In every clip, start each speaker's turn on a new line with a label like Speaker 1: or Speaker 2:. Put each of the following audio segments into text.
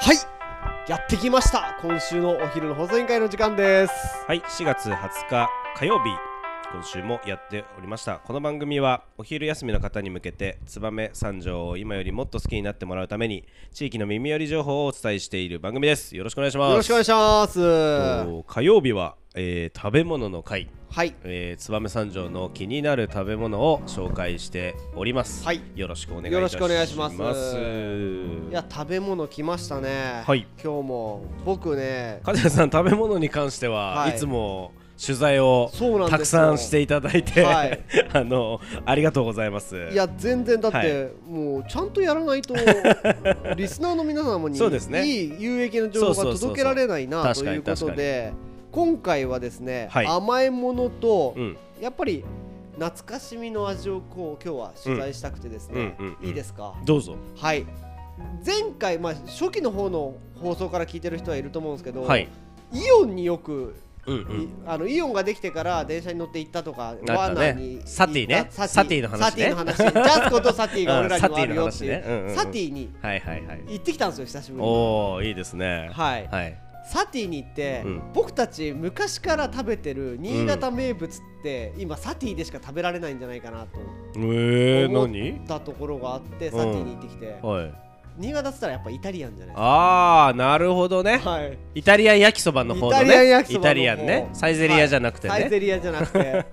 Speaker 1: はいやってきました今週のお昼の放送委員会の時間です
Speaker 2: はい、4月20日火曜日、今週もやっておりました。この番組はお昼休みの方に向けて、燕三条を今よりもっと好きになってもらうために、地域の耳寄り情報をお伝えしている番組です。よろしくお願いします。
Speaker 1: よろしくお願いしますは
Speaker 2: お火曜日は、えー食べ物の会、
Speaker 1: い
Speaker 2: えー、燕三条の気になる食べ物を紹介しております。
Speaker 1: はい
Speaker 2: よろしくお願いいた
Speaker 1: よろしくお願いしますい
Speaker 2: い
Speaker 1: や食べ物来ましたね
Speaker 2: はい
Speaker 1: 今日も僕ね
Speaker 2: 梶谷さん食べ物に関しては、
Speaker 1: はい
Speaker 2: い、つも取材を
Speaker 1: そうなんですよ
Speaker 2: たくさんしていただいて、
Speaker 1: はい
Speaker 2: あのありがとうございます
Speaker 1: いや全然だって、
Speaker 2: は
Speaker 1: もうちゃんとやら ないとリスナーの皆様に
Speaker 2: そうですね
Speaker 1: いい有益な情報が届けられないな
Speaker 2: そ
Speaker 1: と
Speaker 2: うそう
Speaker 1: い
Speaker 2: そうう
Speaker 1: こ
Speaker 2: 確
Speaker 1: と
Speaker 2: かに
Speaker 1: で今回はですね、
Speaker 2: はい
Speaker 1: 甘いものと、
Speaker 2: うん
Speaker 1: やっぱり懐かしみの味をこう今日は取材したくてですね、
Speaker 2: うんうんうんうん
Speaker 1: いいですか
Speaker 2: どうぞ
Speaker 1: はい前回、まあ、初期の方の放送から聞いてる人はいると思うんですけど、
Speaker 2: はい
Speaker 1: イオンによく
Speaker 2: うんう
Speaker 1: い
Speaker 2: ん
Speaker 1: あのイオンができてから電車に乗って行ったとか、
Speaker 2: たね
Speaker 1: ワーナーに行った
Speaker 2: サティねサティの話ね
Speaker 1: サティの話ジ ャスコとサティが俺らにもあるよっていう
Speaker 2: うんサティの話ねうんうんうん
Speaker 1: サティに
Speaker 2: はいはいはい
Speaker 1: 行ってきたんですよ久しぶりに
Speaker 2: おおいいですね
Speaker 1: はい
Speaker 2: はい
Speaker 1: サティに行って、
Speaker 2: うん
Speaker 1: 僕たち昔から食べてる新潟名物って、今サティでしか食べられないんじゃないかなと
Speaker 2: えー、
Speaker 1: 思
Speaker 2: 何
Speaker 1: ったところがあって、
Speaker 2: うん
Speaker 1: サティに行ってきて、
Speaker 2: はい
Speaker 1: 新潟っつったらやっぱイタリアンじゃないで
Speaker 2: ああなるほどね
Speaker 1: すかはい
Speaker 2: イタリアン焼きそばの方のね
Speaker 1: イタリアン焼きそばの方
Speaker 2: イタリアンねサイゼリアじゃなくてね、
Speaker 1: サイゼリアじゃなく て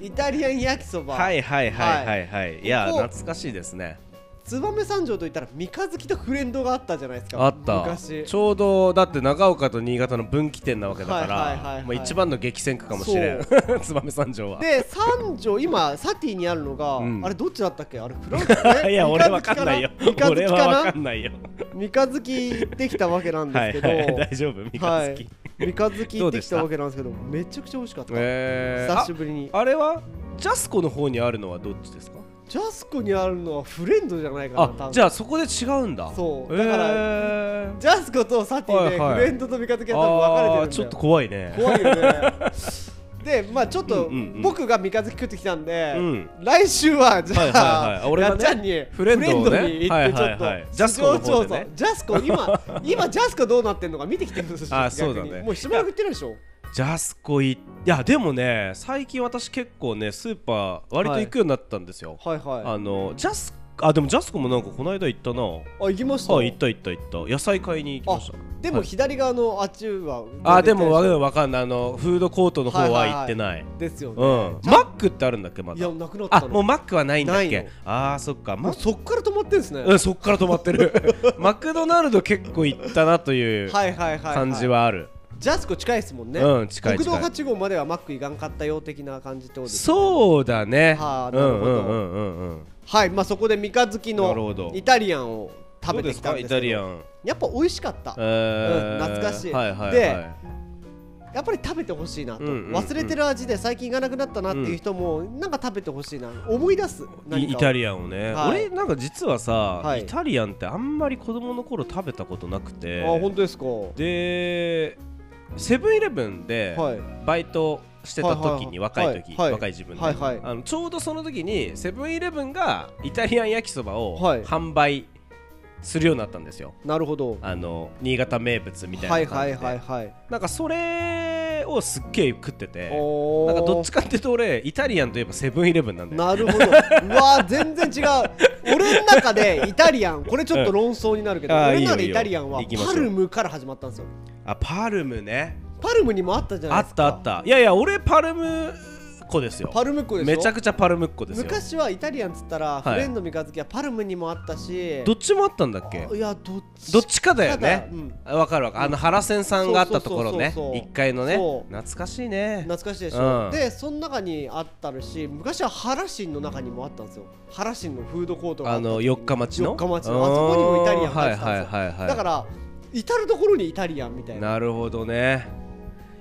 Speaker 1: イタリアン焼きそば、
Speaker 2: はいはいはいはいはい、い、や
Speaker 1: ここ
Speaker 2: 懐かしいですね
Speaker 1: 燕三条といったら三日月とフレンドがあったじゃないですか
Speaker 2: あった
Speaker 1: 昔
Speaker 2: ちょうどだって長岡と新潟の分岐点なわけだか
Speaker 1: はいはいはいはい
Speaker 2: らもう一番の激戦区かもしれん 燕三条は
Speaker 1: で三条今サティにあるのが、
Speaker 2: うん
Speaker 1: あれどっちだったっけあれフランスえ
Speaker 2: いや俺わかんないよ
Speaker 1: 三日
Speaker 2: 俺
Speaker 1: 月
Speaker 2: はわ
Speaker 1: か
Speaker 2: かんないよ
Speaker 1: な三日月できたわけなん
Speaker 2: は
Speaker 1: です
Speaker 2: い
Speaker 1: けど
Speaker 2: はい大丈夫三日月、
Speaker 1: はい三日月行
Speaker 2: ど
Speaker 1: っ
Speaker 2: う
Speaker 1: て
Speaker 2: で
Speaker 1: き
Speaker 2: したた
Speaker 1: わけなんですけどめちゃくちゃ美味しかった、
Speaker 2: えー、
Speaker 1: 久しぶりに
Speaker 2: ああれはジャスコの方にあるのはどっちですか
Speaker 1: ジャスコにあるのはフレンドじゃないかな多
Speaker 2: あ
Speaker 1: 分
Speaker 2: じゃあそこで違うんだ
Speaker 1: そう
Speaker 2: え
Speaker 1: だから
Speaker 2: ー、
Speaker 1: ジャスコとサティで
Speaker 2: はいはい
Speaker 1: フレンドと三日月が多分分かれてるんだよ
Speaker 2: あーちょっと怖いね
Speaker 1: 怖いよね でまあちょっと
Speaker 2: うんうんうん
Speaker 1: 僕が三日月食ってきたんで、
Speaker 2: うん
Speaker 1: 来週はじゃあ、
Speaker 2: はいはいはい俺が
Speaker 1: やっ
Speaker 2: ね
Speaker 1: ちゃんに
Speaker 2: フレンドをね
Speaker 1: に行ってちょっと、
Speaker 2: はいはいはいジャスコの方でね
Speaker 1: ジャスコ 今今ジャスコどうなってんのか見てきてるんですよ
Speaker 2: あー
Speaker 1: 逆に
Speaker 2: そうだね
Speaker 1: もうしばらく行ってるでしょ
Speaker 2: ジャスコいいやでもね最近私結構ねスーパー割と行くようになったんですよ、
Speaker 1: はいはいあ
Speaker 2: あのジャスあでもジャスコもなんかこの間行ったな
Speaker 1: 行きました、
Speaker 2: はい行った行った行った野菜買いに行きました
Speaker 1: でも
Speaker 2: はい
Speaker 1: 左側のあっちは
Speaker 2: あでもわかん
Speaker 1: る
Speaker 2: ないわかんないあのフードコートの方は行ってない、
Speaker 1: ですよね、
Speaker 2: うんマックってあるんだっけま
Speaker 1: いや
Speaker 2: だ
Speaker 1: なくなった
Speaker 2: あ
Speaker 1: の
Speaker 2: もうマックはないんだっ
Speaker 1: ないの
Speaker 2: けあーそっかマ
Speaker 1: もう
Speaker 2: ッ
Speaker 1: そっから止まってんですね、
Speaker 2: うんそっから止まってる マクドナルド結構行ったなという
Speaker 1: はいはいはい、はい、
Speaker 2: 感じはある、
Speaker 1: ジャスコ近いですもんね、
Speaker 2: うん近い
Speaker 1: 国道
Speaker 2: 近い
Speaker 1: 8号まではマック行かんかったよ的な感じってことですね
Speaker 2: そうだね
Speaker 1: はあ
Speaker 2: う
Speaker 1: なる
Speaker 2: ん
Speaker 1: ほ
Speaker 2: う
Speaker 1: ど
Speaker 2: んうんうんうん
Speaker 1: はいまあそこで三日月
Speaker 2: なるほど
Speaker 1: のイタリアンを食べてきたん
Speaker 2: ど
Speaker 1: で
Speaker 2: う
Speaker 1: すけど
Speaker 2: イタリアン
Speaker 1: やっぱ美味しかった、
Speaker 2: えー
Speaker 1: うん懐かしい
Speaker 2: はいはいはい
Speaker 1: でやっぱり食べてほしいなと、
Speaker 2: うんうんうん
Speaker 1: 忘れてる味で最近行かなくなったなっていう人も、なんか食べてほしいな思い出す
Speaker 2: イ
Speaker 1: 何か
Speaker 2: イタリアンをね、
Speaker 1: はい
Speaker 2: 俺なんか実はさ、
Speaker 1: はい
Speaker 2: イタリアンってあんまり子供の頃食べたことなくて
Speaker 1: あ本当ですか
Speaker 2: でセブンイレブンで
Speaker 1: はい
Speaker 2: バイトしてた時
Speaker 1: は
Speaker 2: に、
Speaker 1: いはいはい
Speaker 2: 若い時、
Speaker 1: はい
Speaker 2: 若い自分で、
Speaker 1: はいはい
Speaker 2: あのちょうどその時にセブンイレブンがイタリアン焼きそばを
Speaker 1: はい
Speaker 2: 販売するようになったんですよ、
Speaker 1: なるほど
Speaker 2: あの新潟名物みた
Speaker 1: はいい
Speaker 2: な感
Speaker 1: は
Speaker 2: じ
Speaker 1: い
Speaker 2: で、
Speaker 1: はいはい
Speaker 2: なんかそれをすっげえ食ってて
Speaker 1: お
Speaker 2: な
Speaker 1: ー
Speaker 2: んかどっちかっていうと俺イタリアンといえばセブンイレブンなんだよ
Speaker 1: なるほどうわ全然違う俺の中でイタリアンこれちょっと論争になるけど、
Speaker 2: うんあー
Speaker 1: 俺の中
Speaker 2: い
Speaker 1: で
Speaker 2: い
Speaker 1: イ
Speaker 2: よいいよ
Speaker 1: タリアンは
Speaker 2: 行きましょ
Speaker 1: パ
Speaker 2: う
Speaker 1: ルムから始まったんですよ
Speaker 2: あパルムね
Speaker 1: パルムにもあったじゃな
Speaker 2: あ
Speaker 1: いで
Speaker 2: っ
Speaker 1: すか
Speaker 2: たあったいやいや俺パルムっ子ですよ
Speaker 1: パルムっ子でしょ
Speaker 2: めちゃくちゃパルムっ子ですよ
Speaker 1: 昔はイタリアンっつったら、
Speaker 2: い
Speaker 1: フレンド三日月はパルムにもあったし
Speaker 2: どっちもあったんだっけ
Speaker 1: いやどっち
Speaker 2: どっちかだよね
Speaker 1: うん
Speaker 2: あわかるわかるあの原千さんがあったところ
Speaker 1: そうそうそ
Speaker 2: ね
Speaker 1: うそう
Speaker 2: 1階のね
Speaker 1: そう
Speaker 2: 懐かしいね
Speaker 1: 懐かしいでしょ、
Speaker 2: うん
Speaker 1: でその中にあったるし昔は原ンの中にもあったんですよ原ンのフードコートがあ
Speaker 2: あ
Speaker 1: った
Speaker 2: の四日町の
Speaker 1: 四日町のあそこにもイタリアンがあったんで
Speaker 2: はい
Speaker 1: すよ、
Speaker 2: はいはいはい
Speaker 1: だから至る所にイタリアンみたいな
Speaker 2: なるほどね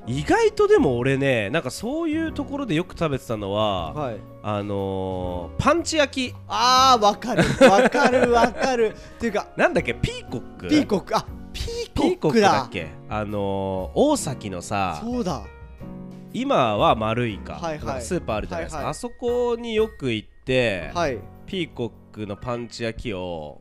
Speaker 2: 意外とでも俺ねなんかそういうところでよく食べてたのは、
Speaker 1: はい
Speaker 2: あのー、パンチ焼き
Speaker 1: あーわかるわかるわかるって いうか
Speaker 2: なんだっけピーコック
Speaker 1: ピーコックあピ
Speaker 2: ピ
Speaker 1: ー
Speaker 2: ー
Speaker 1: コック
Speaker 2: コック
Speaker 1: だ
Speaker 2: だっけあのー、大崎のさ
Speaker 1: そうだ
Speaker 2: 今は丸いか、
Speaker 1: はいはい
Speaker 2: なんかスーパーあるじゃないですか、
Speaker 1: はいはい
Speaker 2: あそこによく行って、
Speaker 1: はい
Speaker 2: ピーコックのパンチ焼きを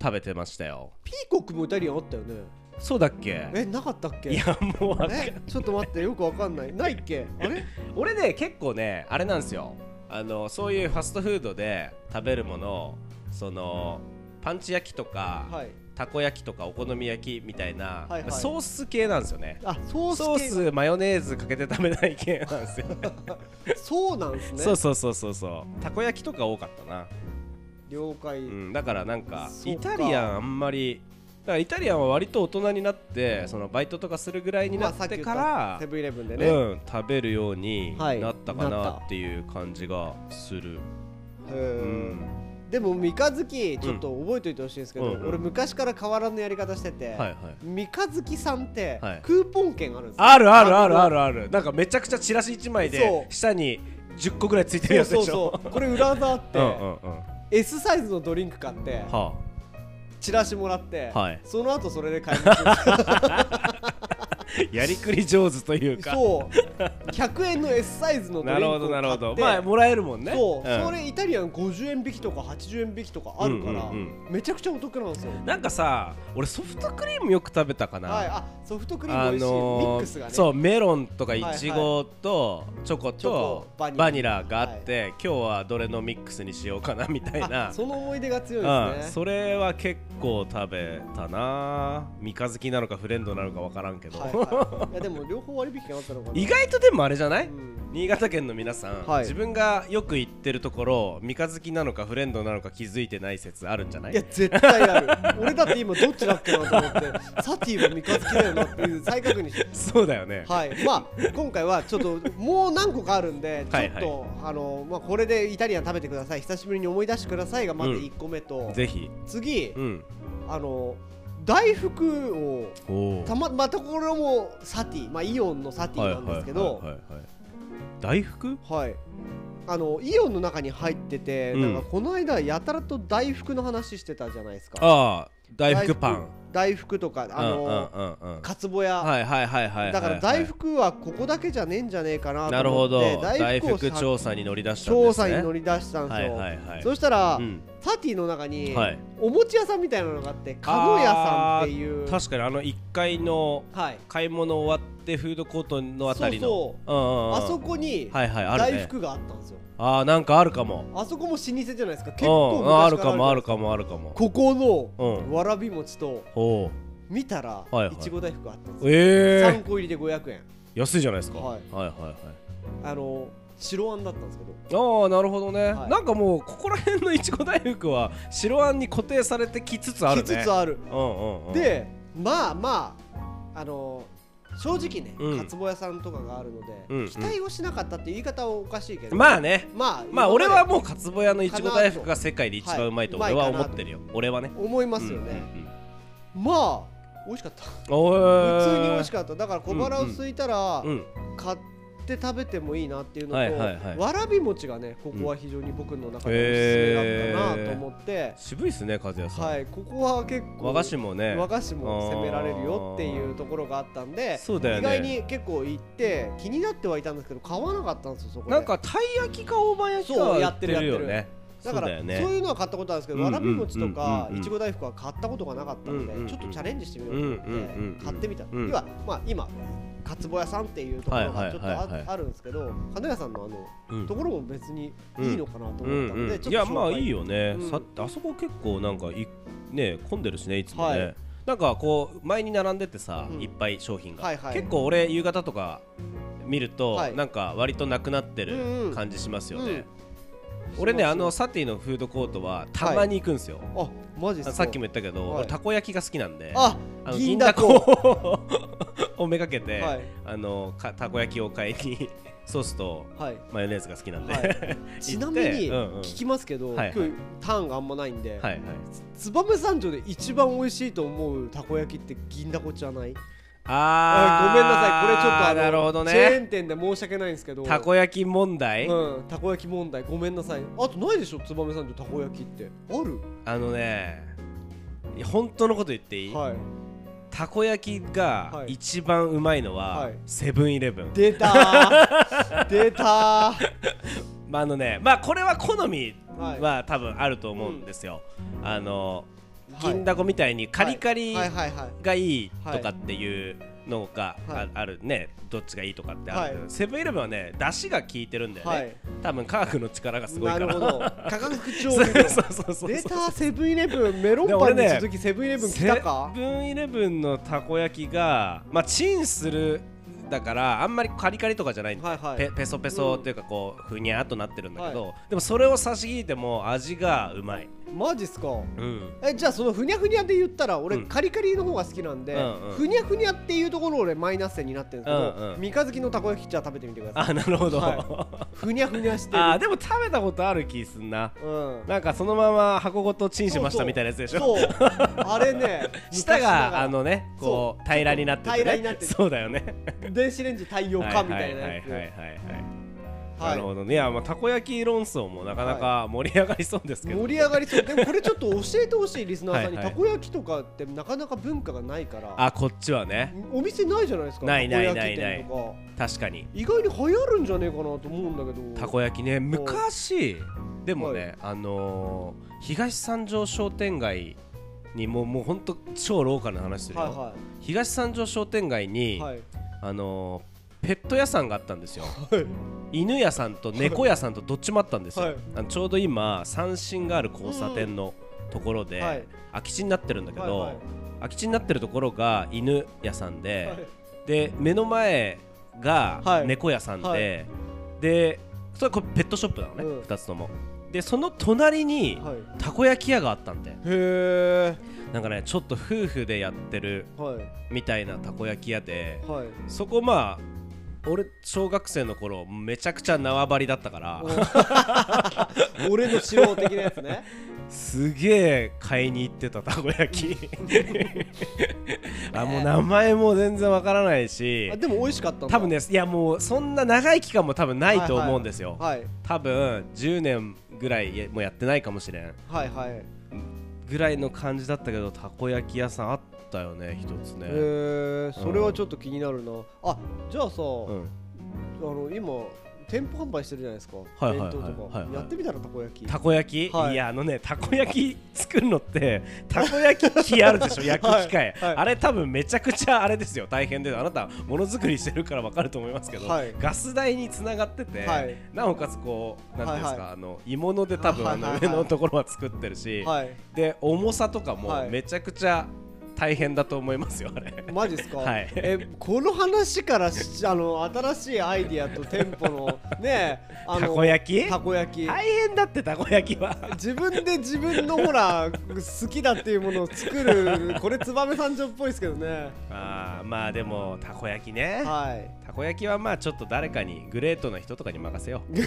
Speaker 2: 食べてましたよ
Speaker 1: ピーコックもイタリアンあったよね
Speaker 2: そうだっけ
Speaker 1: えなかったっけ
Speaker 2: いやもうわかん
Speaker 1: えちょっと待ってよくわかんないないっけあれ
Speaker 2: 俺ね結構ねあれなんですよあのそういうファストフードで食べるものそのパンチ焼きとか、
Speaker 1: はい
Speaker 2: たこ焼きとかお好み焼きみたいな、
Speaker 1: はいはい
Speaker 2: ソース系なんですよね
Speaker 1: あソース
Speaker 2: ソー
Speaker 1: 系
Speaker 2: スマヨネーズかけて食べない系なん ですよね
Speaker 1: そうなんですね
Speaker 2: そうそうそうそうそうたこ焼きとか多かったな、
Speaker 1: 了解、
Speaker 2: うん、だからなんか
Speaker 1: そう
Speaker 2: イ
Speaker 1: か
Speaker 2: タリアンあんまりだからイタリアンは割と大人になってそのバイトとかするぐらいにな
Speaker 1: まあさ
Speaker 2: っ
Speaker 1: き
Speaker 2: て
Speaker 1: 言
Speaker 2: から、
Speaker 1: たセブンイレブンでね、へ
Speaker 2: うん、食べるように
Speaker 1: はい
Speaker 2: なったか
Speaker 1: な
Speaker 2: な
Speaker 1: った
Speaker 2: っていう感じがする、
Speaker 1: ー
Speaker 2: うん
Speaker 1: でも三日月ちょっと覚えておいてほしいんですけど、
Speaker 2: うんうんうん
Speaker 1: 俺昔から変わらぬやり方してて、
Speaker 2: はいはい
Speaker 1: 三日月さんって
Speaker 2: はい
Speaker 1: クーポン券あるんですよ、
Speaker 2: あるあるあるあるあるなんかめちゃくちゃチラシ1枚
Speaker 1: そ
Speaker 2: で
Speaker 1: う
Speaker 2: 下に10個ぐらいついてるやつで
Speaker 1: そう
Speaker 2: し
Speaker 1: そ
Speaker 2: ょ
Speaker 1: うそうこれ裏技あって、
Speaker 2: うんうんうんは
Speaker 1: S サイズのドリンク買って
Speaker 2: あ
Speaker 1: チラシもらって、
Speaker 2: はい
Speaker 1: その後それで買いまする
Speaker 2: やりくり上手というか
Speaker 1: そう100円の S サイズのドリン
Speaker 2: な
Speaker 1: ク
Speaker 2: る
Speaker 1: を買
Speaker 2: ほ
Speaker 1: って
Speaker 2: どなるほどまあもらえるもんね
Speaker 1: そう、
Speaker 2: ん
Speaker 1: それイタリアン50円引きとか80円引きとかあるから、
Speaker 2: うんうん
Speaker 1: めちゃくちゃお得なんですよ
Speaker 2: なんかさ俺ソフトクリームよく食べたかな、
Speaker 1: はい、あソフトクリー
Speaker 2: あ
Speaker 1: ム美味しい、ミッ
Speaker 2: の
Speaker 1: クスがね
Speaker 2: そうメロンとかイチゴとチョコ
Speaker 1: チョコ
Speaker 2: と
Speaker 1: バニラ
Speaker 2: バニラがあって、今日はどれのミックスにしようかなみたいな
Speaker 1: あその思い出が強い
Speaker 2: あ
Speaker 1: ですね
Speaker 2: それは結構食べたな三日月なのかフレンドなのか分からんけど、
Speaker 1: はいはい、いやでも両方割引があったのかな
Speaker 2: 意外とでもあれじゃない、
Speaker 1: うん
Speaker 2: 新潟県の皆さん、
Speaker 1: はい
Speaker 2: 自分がよく行ってるところ三日月なのかフレンドなのか気づいてない説あるんじゃない
Speaker 1: いや絶対ある俺だって今どっちだっけなと思ってサティは三日月だよなっていう再確認して
Speaker 2: そうだよね、
Speaker 1: はいまあ今回はちょっともう何個かあるんでちょ
Speaker 2: は
Speaker 1: っ
Speaker 2: い
Speaker 1: と、あのまあ、これでイタリアン食べてください久しぶりに思い出してくださいがまず
Speaker 2: うん
Speaker 1: 1個目と、
Speaker 2: ぜひ
Speaker 1: 次、
Speaker 2: うん
Speaker 1: あの大福を
Speaker 2: おお
Speaker 1: たままたこれもサティ、まあ、イオンのサティなんですけど
Speaker 2: 大福
Speaker 1: はいあのイオンの中に入ってて、
Speaker 2: うん
Speaker 1: なんかこの間やたらと大福の話してたじゃないですか
Speaker 2: ああ大福パン
Speaker 1: 大福とかあの、
Speaker 2: うんうんうんうん
Speaker 1: かつぼや、
Speaker 2: はいはいはいはいはい
Speaker 1: だから大福はここだけじゃねえんじゃねえかな
Speaker 2: なる
Speaker 1: と思
Speaker 2: ほ
Speaker 1: って
Speaker 2: ど大
Speaker 1: を
Speaker 2: 福
Speaker 1: さ
Speaker 2: 調査に乗り出したんですね
Speaker 1: 調査に乗り出したんですよ、
Speaker 2: はいはいはい
Speaker 1: そしたら、
Speaker 2: うん
Speaker 1: サティの中に、
Speaker 2: はい
Speaker 1: お餅屋さんみたいなのがあってかご屋さんっていう
Speaker 2: 確かにあの1階の
Speaker 1: はい
Speaker 2: 買い物終わってフードコートのあたりの、
Speaker 1: そう
Speaker 2: んうんうん、
Speaker 1: あそこに
Speaker 2: はいはいある
Speaker 1: 大
Speaker 2: ね
Speaker 1: 福があったんですよ、
Speaker 2: あーなんかあるかも
Speaker 1: あそこも老舗じゃないですか結構昔
Speaker 2: う
Speaker 1: か
Speaker 2: ん
Speaker 1: ら
Speaker 2: あるかも
Speaker 1: じゃない
Speaker 2: ある
Speaker 1: です
Speaker 2: かもあるかも
Speaker 1: ここ
Speaker 2: う
Speaker 1: の
Speaker 2: ん
Speaker 1: わらび餅と
Speaker 2: おう
Speaker 1: 見たら
Speaker 2: いはい
Speaker 1: いちご大福があったんですよ、
Speaker 2: え
Speaker 1: 3個入りで500円
Speaker 2: ー、安いじゃないですか、
Speaker 1: は
Speaker 2: はいい、はいはい
Speaker 1: あの白あんだったんですけど
Speaker 2: ああなるほどね、
Speaker 1: はい
Speaker 2: なんかもうここら辺のいちご大福は白あんに固定されてきつつあるね
Speaker 1: きつつある、
Speaker 2: うんうんうん、
Speaker 1: でまあまああの正直ね、
Speaker 2: うん
Speaker 1: かつぼ屋さんとかがあるので、
Speaker 2: うんうん
Speaker 1: 期待をしなかったっていう言い方はおかしいけど
Speaker 2: まあね
Speaker 1: まあ
Speaker 2: まあ俺は
Speaker 1: う
Speaker 2: もうかつぼ屋のいちご大福が世界で一番うまいと
Speaker 1: はい
Speaker 2: 俺は
Speaker 1: うまいかな
Speaker 2: 思
Speaker 1: と
Speaker 2: ってるよ俺はね
Speaker 1: 思いますよね、
Speaker 2: うんうんうん
Speaker 1: まあ美味しかった
Speaker 2: お
Speaker 1: 普
Speaker 2: ー
Speaker 1: 通に美味しかっただから小腹を空いたら、
Speaker 2: うん
Speaker 1: 買って食べてもいいなっていうのと、
Speaker 2: はいはいはい
Speaker 1: わらび餅がねここは非常に僕の中でおすすめだったなと思って、
Speaker 2: 渋いっすね和也さん、
Speaker 1: はいここは結構
Speaker 2: 和菓子もね
Speaker 1: 和菓子も攻められるよっていうところがあったんで、
Speaker 2: そうだよね
Speaker 1: 意外に結構行って気になってはいたんですけど買わなかったんですよそこで
Speaker 2: なんかたい焼きか大判焼きか
Speaker 1: そう
Speaker 2: は
Speaker 1: や
Speaker 2: や
Speaker 1: っ
Speaker 2: ってて
Speaker 1: る
Speaker 2: るよ
Speaker 1: やっ
Speaker 2: ね
Speaker 1: だからそう,、
Speaker 2: だよね
Speaker 1: いうのは買ったことあるんですけど、
Speaker 2: うんうん
Speaker 1: わらび餅とか
Speaker 2: うんうん
Speaker 1: いちご大福は買ったことがなかったので、
Speaker 2: うんうんうん
Speaker 1: ちょっとチャレンジしてみようと思って、
Speaker 2: うんうんうんうん
Speaker 1: 買ってみた、
Speaker 2: うん
Speaker 1: 要はまあ今かつぼ屋さんっていうところ
Speaker 2: はいは
Speaker 1: が
Speaker 2: い
Speaker 1: ちょっとあ,、
Speaker 2: はいはい
Speaker 1: あるんですけど金屋さんのあの
Speaker 2: うん
Speaker 1: ところも別にいいのかなと
Speaker 2: う
Speaker 1: 思っ
Speaker 2: ん
Speaker 1: たので、
Speaker 2: うん
Speaker 1: ちょっと
Speaker 2: いや
Speaker 1: 紹介
Speaker 2: まあいいよね、
Speaker 1: うん
Speaker 2: さあそこ結構なんかいね混んでるしねいつもね、
Speaker 1: はい
Speaker 2: なんかこう前に並んでてさ、
Speaker 1: うん
Speaker 2: いっぱい商品が、
Speaker 1: はいはい
Speaker 2: 結構俺夕方とか見ると、
Speaker 1: はい
Speaker 2: なんか割となくなって
Speaker 1: うんうん
Speaker 2: る感じしますよね、
Speaker 1: うん
Speaker 2: 俺ね
Speaker 1: します
Speaker 2: あのサティのフードコートはたまに行くんですよ、
Speaker 1: あマジっすか
Speaker 2: さっきも言ったけど、
Speaker 1: はい
Speaker 2: 俺たこ焼きが好きなんで
Speaker 1: あ
Speaker 2: あの
Speaker 1: 銀
Speaker 2: 銀
Speaker 1: だ
Speaker 2: だ
Speaker 1: こ
Speaker 2: こを めがけて、
Speaker 1: はい
Speaker 2: あのかたこ焼きを買いにソースと
Speaker 1: はい
Speaker 2: マヨネーズが好きなんで、
Speaker 1: は
Speaker 2: はい、
Speaker 1: い、ちなみに
Speaker 2: うんうん
Speaker 1: 聞きますけど、
Speaker 2: はいはい
Speaker 1: 今日ターンがあんまないんで、
Speaker 2: はい
Speaker 1: 燕三条で一番美味しいと思うたこ焼きって銀だこじゃない
Speaker 2: あー
Speaker 1: ごめんなさいこれちょっとあの
Speaker 2: なるほど
Speaker 1: チェー
Speaker 2: ね
Speaker 1: ン店で申し訳ないんですけど
Speaker 2: たこ焼き問題、
Speaker 1: うん、たこ焼き問題ごめんなさいあとないでしょ燕三条たこ焼きってある
Speaker 2: あのねいや本当のこと言っていい、
Speaker 1: はい
Speaker 2: たこ焼きが
Speaker 1: はい
Speaker 2: 一番うまいのは、
Speaker 1: はい
Speaker 2: セブンイレブン
Speaker 1: 出た ー出たー
Speaker 2: まああのねまあこれは好み
Speaker 1: はい
Speaker 2: は多分あると思うんですよ、あの銀だこみたいにカリカリ
Speaker 1: はいはいはい
Speaker 2: がいいとかっていうのがああるねどっちがいいとかってあるけど
Speaker 1: はい
Speaker 2: セブンイレブンはね出汁が効いてるんだよね、
Speaker 1: はい
Speaker 2: 多分科学の力がすごい
Speaker 1: な
Speaker 2: か
Speaker 1: る
Speaker 2: ら
Speaker 1: ほど化学調
Speaker 2: そう
Speaker 1: 味料
Speaker 2: そうそうそう
Speaker 1: 出たセブンイレブンメロンパンに続きセブンイレブン来たか
Speaker 2: セブンイレブンのたこ焼きがまあチンするだからあんまりカリカリとかじゃないんだよ、
Speaker 1: はいはい
Speaker 2: ペペソペソっていうかこうふにゃっとなってるんだけど、でもそれを差し引いても味がうまい、
Speaker 1: マジっすか
Speaker 2: うん、
Speaker 1: えじゃあそのふにゃふにゃで言ったら俺
Speaker 2: うん
Speaker 1: カリカリの方が好きなんで、
Speaker 2: うんうん
Speaker 1: ふにゃふにゃっていうところ俺マイナス点になってるんですけど、
Speaker 2: うんうん
Speaker 1: 三日月のたこ焼きじゃあ食べてみてください
Speaker 2: あなるほど、
Speaker 1: はふにゃふにゃしてる
Speaker 2: あーでも食べたことある気すんな
Speaker 1: うん
Speaker 2: なんかそのまま箱ごとチンしましたみたいなやつでしょ
Speaker 1: そうそうあれね
Speaker 2: 舌
Speaker 1: 昔な
Speaker 2: が
Speaker 1: ら
Speaker 2: あのねこう
Speaker 1: そう
Speaker 2: 平らになってて、ね、
Speaker 1: 平らになってて
Speaker 2: そうだよね
Speaker 1: 電子レンジ対応かみたいなやつ
Speaker 2: はいはいはいはいはい、
Speaker 1: は
Speaker 2: ないるほどねいや、まあ、たこ焼き論争もなかなか盛り上がりそうですけど、
Speaker 1: 盛り上がりそうでもこれちょっと教えてほしいリスナーさんに
Speaker 2: はいはい
Speaker 1: たこ焼きとかってなかなか文化がないから
Speaker 2: あこっちはね
Speaker 1: お店ないじゃないですか
Speaker 2: ない
Speaker 1: たこ焼き
Speaker 2: ないない
Speaker 1: 店とか
Speaker 2: 確かに
Speaker 1: 意外に流行るんじゃねえかなと思うんだけど
Speaker 2: たこ焼きね昔でもね、
Speaker 1: は
Speaker 2: あのー東三条商店街にもうもうほんと超ローカルな話するよ、
Speaker 1: は
Speaker 2: 東三条商店街
Speaker 1: い
Speaker 2: に、
Speaker 1: はいはい
Speaker 2: あのーペット屋さんがあったんですよ
Speaker 1: はい
Speaker 2: 犬屋さんと猫屋さんとどっちもあったんですよ、
Speaker 1: はい
Speaker 2: あのちょうど今三振がある交差点のところで、
Speaker 1: はい
Speaker 2: 空き地になってるんだけど、
Speaker 1: はいはい
Speaker 2: 空き地になってるところが犬屋さんで、
Speaker 1: はい
Speaker 2: で目の前が
Speaker 1: はい
Speaker 2: 猫屋さんで、
Speaker 1: は
Speaker 2: でそれはこれペットショップなのね、
Speaker 1: うん
Speaker 2: 2つともでその隣に、
Speaker 1: はい
Speaker 2: たこ焼き屋があったんで
Speaker 1: へえ
Speaker 2: なんかねちょっと夫婦でやってる
Speaker 1: はい
Speaker 2: みたいなたこ焼き屋で
Speaker 1: はい
Speaker 2: そこまあ俺小学生の頃めちゃくちゃ縄張りだったから
Speaker 1: お俺の素人的なやつね
Speaker 2: すげえ買いに行ってたたこ 焼きあもう名前も全然わからないし
Speaker 1: あでも美味しかったんだ
Speaker 2: 多分ねいやもうそんな長い期間も多分ないと思うんですよ、
Speaker 1: はい
Speaker 2: 多分10年ぐらいもうやってないかもしれん
Speaker 1: はいはいへ
Speaker 2: ぐらいの感じだったけどたこ焼き屋さんあったよね一つね、
Speaker 1: えそれはちょっと気になるなあじゃあさ
Speaker 2: うん
Speaker 1: あの今店舗販売してるじゃないですか、
Speaker 2: いはいはい
Speaker 1: 弁当とか、
Speaker 2: はいはい
Speaker 1: やってみたらたこ焼き
Speaker 2: たこ焼き、
Speaker 1: はい
Speaker 2: い、やあのねたこ焼き 作るのってたこ焼き器あるでしょ焼く機械、
Speaker 1: はいはい
Speaker 2: あれ多分めちゃくちゃあれですよ大変ですあなたものづくりしてるから分かると思いますけど、
Speaker 1: はい
Speaker 2: ガス代につながってて、
Speaker 1: はい
Speaker 2: なおかつこうなんていうんですか、
Speaker 1: はいは
Speaker 2: あの鋳物で多分あ
Speaker 1: はい
Speaker 2: の
Speaker 1: はい
Speaker 2: 上
Speaker 1: はい
Speaker 2: のところは作ってるし、
Speaker 1: はい
Speaker 2: で重さとかも
Speaker 1: はい
Speaker 2: めちゃくちゃ大変だと思いますよあれ。
Speaker 1: マジっすか、
Speaker 2: はい
Speaker 1: えこの話からしあの新しいアイディアと店舗のねえあの
Speaker 2: たこ焼き
Speaker 1: たこ焼き
Speaker 2: 大変だってたこ焼きは
Speaker 1: 自分で自分のほら好きだっていうものを作るこれ燕三条っぽいですけどね
Speaker 2: あーまあでもたこ焼きね
Speaker 1: はい
Speaker 2: たこ焼きはまあちょっと誰かにグレートな人とかに任せよう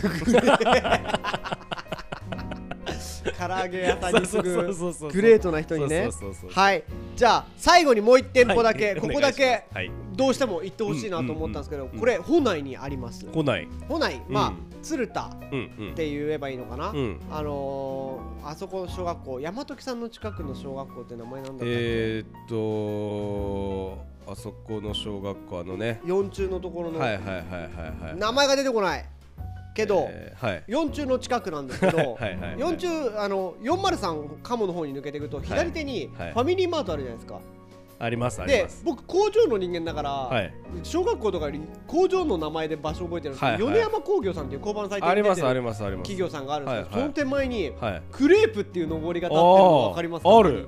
Speaker 1: 唐揚げ屋さんにす
Speaker 2: そうそう
Speaker 1: ぐ
Speaker 2: そうそう
Speaker 1: グレートな人にね
Speaker 2: そうそうそうそう
Speaker 1: はいじゃあ最後にもう1店舗だけ、
Speaker 2: はい
Speaker 1: ここだ
Speaker 2: お願いし
Speaker 1: け
Speaker 2: ますはい
Speaker 1: どうしても行ってほしいなと思ったんですけど、
Speaker 2: うんうんうん
Speaker 1: これ本内にあります
Speaker 2: 来ない
Speaker 1: 本内まあ、
Speaker 2: う
Speaker 1: 鶴田
Speaker 2: うん
Speaker 1: って言えばいいのかな、
Speaker 2: うんうん
Speaker 1: あのー、あそこの小学校山時さんの近くの小学校って名前なんだったっけ、
Speaker 2: えー、っとあそこの小学校あのね
Speaker 1: 四中のところの、
Speaker 2: はいはいはいはいはい
Speaker 1: 名前が出てこないけど、
Speaker 2: えーはい
Speaker 1: 四中の近くなんですけど
Speaker 2: はいはいはい
Speaker 1: 四中あの403鴨の方に抜けていくと左手にフ
Speaker 2: はい
Speaker 1: ァミリーマートあるじゃないですか、
Speaker 2: ありますあり
Speaker 1: で
Speaker 2: ます
Speaker 1: 僕工場の人間だから、
Speaker 2: はい
Speaker 1: 小学校とかより工場の名前で場所覚えてるんですけど、
Speaker 2: はいはい
Speaker 1: 米山工業さんっていう交番サイト
Speaker 2: あ
Speaker 1: に出
Speaker 2: り
Speaker 1: て
Speaker 2: ますあり
Speaker 1: る
Speaker 2: ますあります
Speaker 1: 企業さんがあるんですけど、
Speaker 2: はいはい
Speaker 1: その手前に、
Speaker 2: はい
Speaker 1: クレープっていう上りが立ってるの分かりますか
Speaker 2: あーある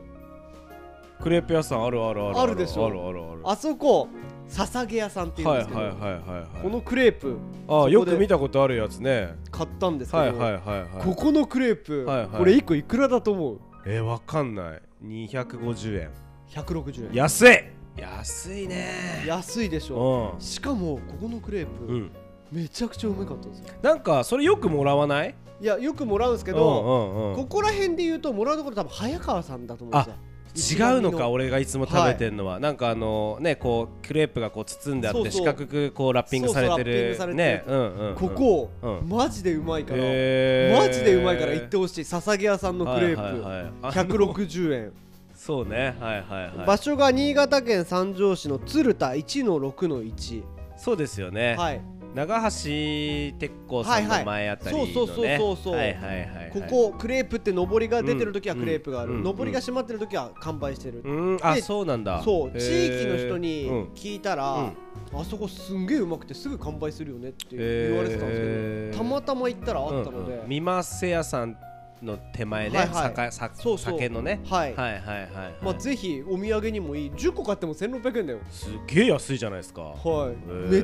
Speaker 2: クレープ屋さんあるあるある
Speaker 1: あるでしょ
Speaker 2: あるあるある
Speaker 1: あそこ捧げ屋さんっていうん
Speaker 2: はい
Speaker 1: で
Speaker 2: はい
Speaker 1: すけど、
Speaker 2: はいはい
Speaker 1: このクレープ
Speaker 2: ああ
Speaker 1: で
Speaker 2: よく見たことあるやつね
Speaker 1: 買ったんですけど、
Speaker 2: はいはいはいはい
Speaker 1: ここのクレープ、
Speaker 2: はいはい
Speaker 1: これ1個いくらだと思う
Speaker 2: えー、わかんない250円
Speaker 1: 160円
Speaker 2: 安い安いね
Speaker 1: 安いでし
Speaker 2: う
Speaker 1: ょ
Speaker 2: ん
Speaker 1: しかもここのクレープ、
Speaker 2: うん
Speaker 1: めちゃくちゃうまかったんですよ
Speaker 2: なんかそれよくもらわない
Speaker 1: いやよくもらうんですけ
Speaker 2: け
Speaker 1: ど、
Speaker 2: うんうんう
Speaker 1: こ
Speaker 2: ん、
Speaker 1: こら辺で言うともらうところ多分早川さんだと思うんですよ
Speaker 2: 違うのか俺がいつも食べてんのは、なんかあのねこうクレープがこう包んであって
Speaker 1: そうそう
Speaker 2: 四角くこうラッピングされてる
Speaker 1: そうそうラッピングされてる
Speaker 2: ねうんうんうん
Speaker 1: ここ、
Speaker 2: うん
Speaker 1: マジでうまいから、
Speaker 2: へー
Speaker 1: マジでうまいから行ってほしい捧げ屋さんのクレープ、
Speaker 2: はいはいはいあの
Speaker 1: 160円
Speaker 2: そうねはいはいは
Speaker 1: 場
Speaker 2: い
Speaker 1: 所が新潟県三条市の鶴田1の6の1
Speaker 2: そうですよね、
Speaker 1: はい
Speaker 2: 長橋鉄工さんの前あたり
Speaker 1: はい
Speaker 2: のね
Speaker 1: はいそうそうそうそう
Speaker 2: はいはいはいはい
Speaker 1: ここクレープって上りが出てる時は
Speaker 2: うん
Speaker 1: クレープがある、
Speaker 2: うん
Speaker 1: 上りが閉まってる時は完売してる、
Speaker 2: うんあ
Speaker 1: で
Speaker 2: そうなんだ
Speaker 1: そう
Speaker 2: へー
Speaker 1: 地域の人に
Speaker 2: うん
Speaker 1: 聞いたら、あそこすんげえうまくてすぐ完売するよねって言われてたんですけど、
Speaker 2: へー
Speaker 1: たまたま行ったらあったので、
Speaker 2: うんうん見ます屋さんの手前ね、
Speaker 1: はいはい
Speaker 2: 酒さ
Speaker 1: そうそう
Speaker 2: 酒のね、
Speaker 1: はい
Speaker 2: はいはいはいはい
Speaker 1: まあ、ぜひお土産にもいい10個買っても1600円だよ
Speaker 2: すげえ安いじゃないですか
Speaker 1: はい
Speaker 2: ー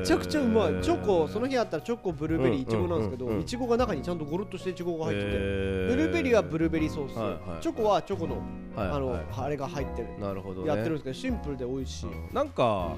Speaker 1: めちゃくちゃうまいチョコその日あったらチョコブルーベリ
Speaker 2: うん
Speaker 1: ーいちごなんですけ
Speaker 2: うんうん
Speaker 1: どいちごが中にちゃんとゴロッとしていちごが入ってて
Speaker 2: へー
Speaker 1: ブルーベリーはブルーベリーソース、
Speaker 2: はいはい
Speaker 1: チョコはチョコの,、
Speaker 2: はいはい
Speaker 1: あのあれが入ってる
Speaker 2: なるほどね
Speaker 1: やってるんですけどシンプルで美味しい、
Speaker 2: うんなんか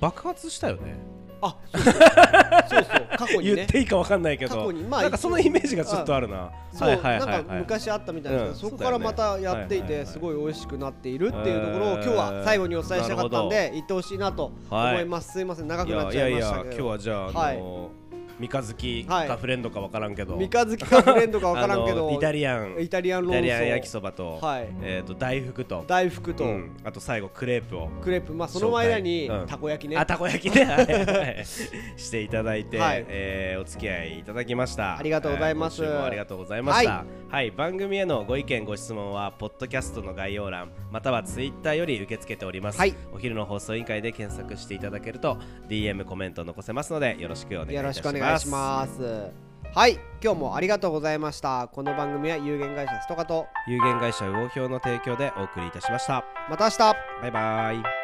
Speaker 2: 爆発したよね
Speaker 1: あそうそうそうそう過去に
Speaker 2: 言
Speaker 1: ね
Speaker 2: っていいかわかんないけど
Speaker 1: 過去にまあ
Speaker 2: なんかそのイメージがちょっとあるな
Speaker 1: そう、
Speaker 2: はいはいはいはい
Speaker 1: なんか昔あったみたいなんですけど、
Speaker 2: う
Speaker 1: そ
Speaker 2: ん
Speaker 1: こからまた
Speaker 2: そうだよね
Speaker 1: やってい
Speaker 2: はいはいは
Speaker 1: て
Speaker 2: い
Speaker 1: すごい美味しくなっているっていうところを
Speaker 2: えー
Speaker 1: 今日は最後にお伝えしたかったんで行ってほしいなと思います、すいません長
Speaker 2: い
Speaker 1: くなっ
Speaker 2: やい
Speaker 1: ちゃ
Speaker 2: や
Speaker 1: い
Speaker 2: い
Speaker 1: まし
Speaker 2: や
Speaker 1: たけ
Speaker 2: 今
Speaker 1: ど
Speaker 2: 日はじゃあ、
Speaker 1: はい
Speaker 2: あの三日月
Speaker 1: はい
Speaker 2: かフレンドかわからんけど、
Speaker 1: 三日月かフレンドかわからんけ
Speaker 2: あ
Speaker 1: ど
Speaker 2: のイタリアン
Speaker 1: イタリアン
Speaker 2: イ
Speaker 1: ロ
Speaker 2: タリアン
Speaker 1: ー
Speaker 2: 焼き
Speaker 1: スを
Speaker 2: そばと,、
Speaker 1: はい
Speaker 2: えー、と大福と
Speaker 1: 大福と
Speaker 2: うんあと最後クレープを、
Speaker 1: クレープまあその間に
Speaker 2: 紹介うん
Speaker 1: たこ焼きね
Speaker 2: あたこ焼きねはいはい していただいて、
Speaker 1: はい
Speaker 2: えーお付き合いいただきました
Speaker 1: ありがとうございます
Speaker 2: えー今週もありがとうございましたは、
Speaker 1: はい
Speaker 2: 番組へのご意見ご質問はポッドキャストの概要欄またはツイッターより受け付けております、
Speaker 1: はい
Speaker 2: お昼の放送委員会で検索していただけると DM コメント残せますのでよろしくお願いい
Speaker 1: よ
Speaker 2: た
Speaker 1: ろ
Speaker 2: し
Speaker 1: し
Speaker 2: ま
Speaker 1: くお
Speaker 2: す
Speaker 1: 願いしますはい今日もありがとうございましたこの番組は有限会社ストカと
Speaker 2: 有限会社魚評の提供でお送りいたしました
Speaker 1: また明日
Speaker 2: バイバイ